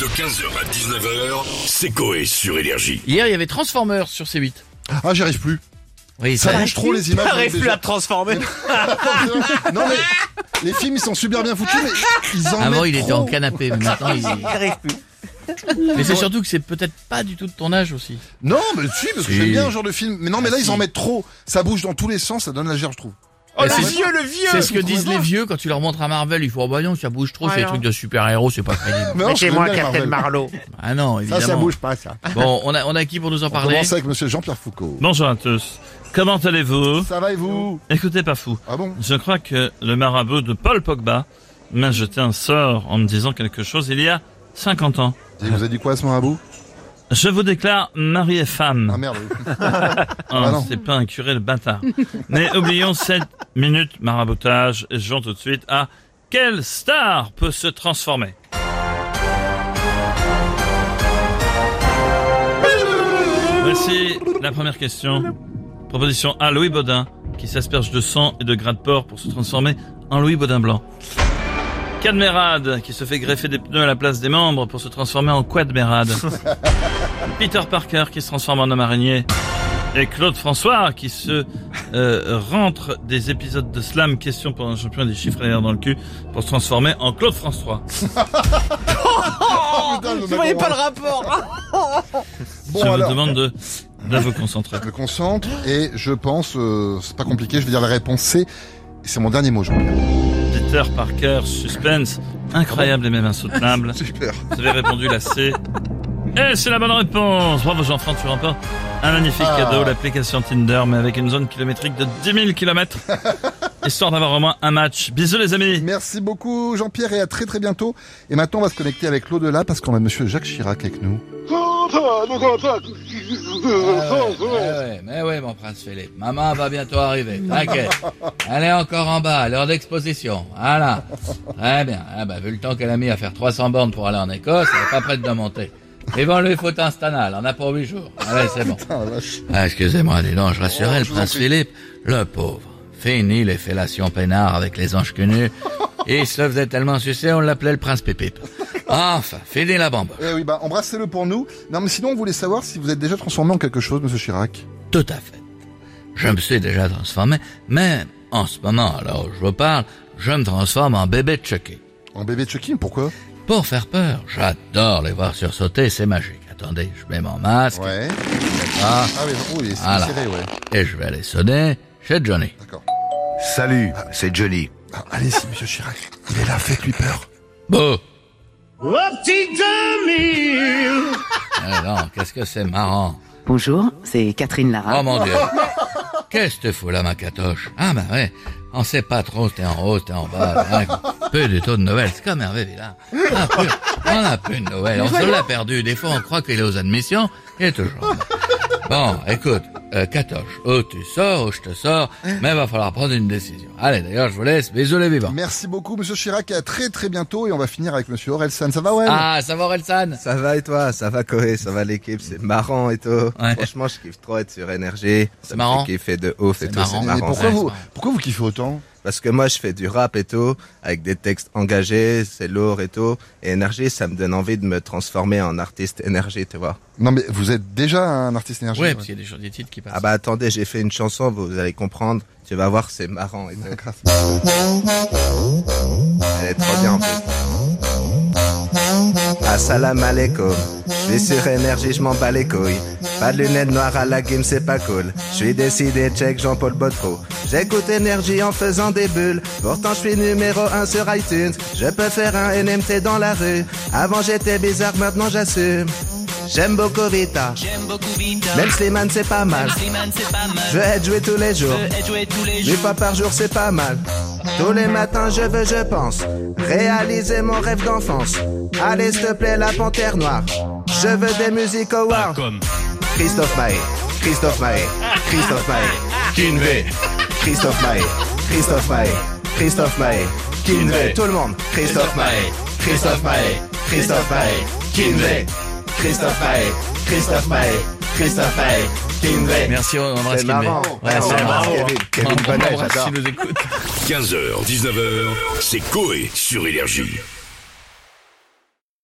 De 15h à 19h, c'est Coé sur Énergie. Hier, il y avait Transformers sur C8. Ah, j'y arrive plus. Oui, Ça bouge trop les images. T'arrives déjà. Ah, plus à te transformer. non mais les films ils sont super bien foutus mais ils en Avant, mettent il était trop. en canapé, mais maintenant, il... Mais c'est surtout que c'est peut-être pas du tout de ton âge aussi. Non mais si parce que Si. j'aime bien ce genre de film. Mais non mais là Ah, ils en si. mettent trop. Ça bouge dans tous les sens, ça donne la gerbe je trouve. Oh Mais le c'est- vieux, le vieux. Ah C'est ce que vous disent trouvez les pas vieux quand tu leur montres à Marvel. Ils font, oh bah non, ça bouge trop, c'est des non. trucs de super-héros, c'est pas crédible. Mais non, je Mettez-moi connais bien Captain Marvel. Marlowe. Ah non, évidemment. Ça ça bouge pas ça. Bon, on a, on a qui pour nous en On parler commence avec monsieur Jean-Pierre Foucault. Bonjour à tous. Comment allez-vous Ça va et vous Écoutez pas fou. Ah bon Je crois que le marabout de Paul Pogba m'a jeté un sort en me disant quelque chose il y a 50 ans. Il vous a dit quoi ce marabout Je vous déclare mari et femme. Ah merde. oui. Oh, bah non. c'est pas un curé le bâtard. Mais oublions cette minute maraboutage et jouons tout de suite à quelle star peut se transformer Voici la première question. Proposition à Louis Baudin qui s'asperge de sang et de gras de porc pour se transformer en Louis Baudin blanc. Cadmérade qui se fait greffer des pneus à la place des membres pour se transformer en Quadmérade. Peter Parker qui se transforme en homme araignée. Et Claude François qui se euh, rentre des épisodes de slam question pour un champion des chiffres et dans le cul pour se transformer en Claude François. Oh, Putain, je Je voyais m'attends- pas le rapport. Bon je alors. vous demande de, de vous concentrer. Je me concentre et je pense euh, c'est pas compliqué. Je vais dire la réponse C. C'est mon dernier mot Jean-Pierre. Peter Parker, suspense, incroyable et même insoutenable. Super. Vous avez répondu la C. Et c'est la bonne réponse Bravo Jean-François, tu remportes un magnifique Ah. cadeau, l'application Tinder, mais avec une zone kilométrique de 10 000 km. Histoire d'avoir au moins un match. Bisous les amis Merci beaucoup Jean-Pierre et à très très bientôt. Et maintenant on va se connecter avec l'au-delà parce qu'on a monsieur Jacques Chirac avec nous. Ah ouais, mais ouais, mon prince Philippe. Maman va bientôt arriver. T'inquiète. Elle est encore en bas, à l'heure d'exposition. Voilà. Très bien. Ah bah, vu le temps qu'elle a mis à faire 300 bornes pour aller en Écosse, elle est pas prête de monter. Et bon, lui, faut un stanal. On a pour 8 jours. Allez, c'est bon. Ah, la vache. Ah, excusez-moi, dis donc, je rassurais Oh, le je vous prince en prie. Philippe. Le pauvre. Fini les fellations peinards avec les anges que nus. Il se faisait tellement sucer, on l'appelait le prince Pépip. Enfin, fini la bambe. Eh oui, bah embrassez-le pour nous. Non, mais sinon, on voulait savoir si vous êtes déjà transformé en quelque chose, monsieur Chirac. Tout à fait. Je me suis déjà transformé, mais en ce moment, alors je vous parle, je me transforme en bébé Chucky. En bébé Chucky, pourquoi Pour faire peur, j'adore les voir sursauter, c'est magique. Attendez, je mets mon masque Ouais. ah, Ah oui, oh, il est Voilà. serré, ouais. et je vais aller sonner chez Johnny. D'accord. Salut, c'est Johnny. Ah, Allez-y, monsieur Chirac. Il est là, faites-lui peur. Bon. Alors, qu'est-ce que c'est marrant. Bonjour, c'est Catherine Lara. Oh mon dieu. Qu'est-ce que tu fous là, ma catoche Ah bah ouais, on sait pas trop, t'es en haut, t'es en bas. hein. Peu du tout de nouvelles, c'est comme Hervé Villard. Ah, peu- on a plus de nouvelles, on se l'a perdu. Des fois, on croit qu'il est aux admissions, il est toujours là. Bon, écoute, euh, catoche, ou tu sors, ou je te sors, mais va falloir prendre une décision. Allez, d'ailleurs, je vous laisse, bisous les vivants. Merci beaucoup, monsieur Chirac. et À très très bientôt. Et on va finir avec monsieur Orelsan. Ça va, ouais Ah, ça va, Orelsan Ça va et toi Ça va Corée Ça va l'équipe C'est marrant et tout Ouais. Franchement, je kiffe trop être sur énergie. C'est Ça me marrant. fait kiffer de ouf et C'est tout. C'est marrant. Mais marrant. pourquoi, ouais, vous, c'est marrant. pourquoi vous kiffez autant Parce que moi, je fais du rap et tout, avec des textes engagés, c'est lourd et tout. Et énergie, ça me donne envie de me transformer en artiste énergie, tu vois. Non, mais vous êtes déjà un artiste énergique. Ouais, parce qu'il y a des, choses- des titres qui passent. Ah bah attendez, j'ai fait une chanson, vous allez comprendre. Tu vas voir, c'est marrant et tout. Elle est trop bien en plus. Assalam alaikum. Je suis sur énergie, je m'en bats les couilles. Pas de lunettes noires à la game, c'est pas cool. Je suis décidé, check Jean-Paul Botro. J'écoute énergie en faisant des bulles. Pourtant, je suis numéro 1 sur iTunes. Je peux faire un NMT dans la rue. Avant, j'étais bizarre, maintenant j'assume. J'aime beaucoup Vita. Même Slimane, c'est pas mal. Je veux être joué tous les jours. Une fois par jour, c'est pas mal. Tous les matins, je veux, je pense. Réaliser mon rêve d'enfance. Allez, s'il te plaît, la panthère noire. Je veux des musiques au war. Christophe Maé, Christophe Maé, Christophe Maé. Kinvé. Christophe Maé, Christophe Maé, Christophe Maé. Kinvé. Tout le monde. Christophe Maé, Christophe Maé, Christophe Maé. Kinvé. Christophe Maé, Christophe Maé, Christophe Maé. Kinvé. Merci, on embrasse Ah. C'est Kinvey. marrant. Ouais, Ouais, c'est on marrant. embrasse Kevin. Kevin On Bonnet, l'embrasse j'adore. s'il nous écoute. 15h, 19h, c'est Coé sur Énergie.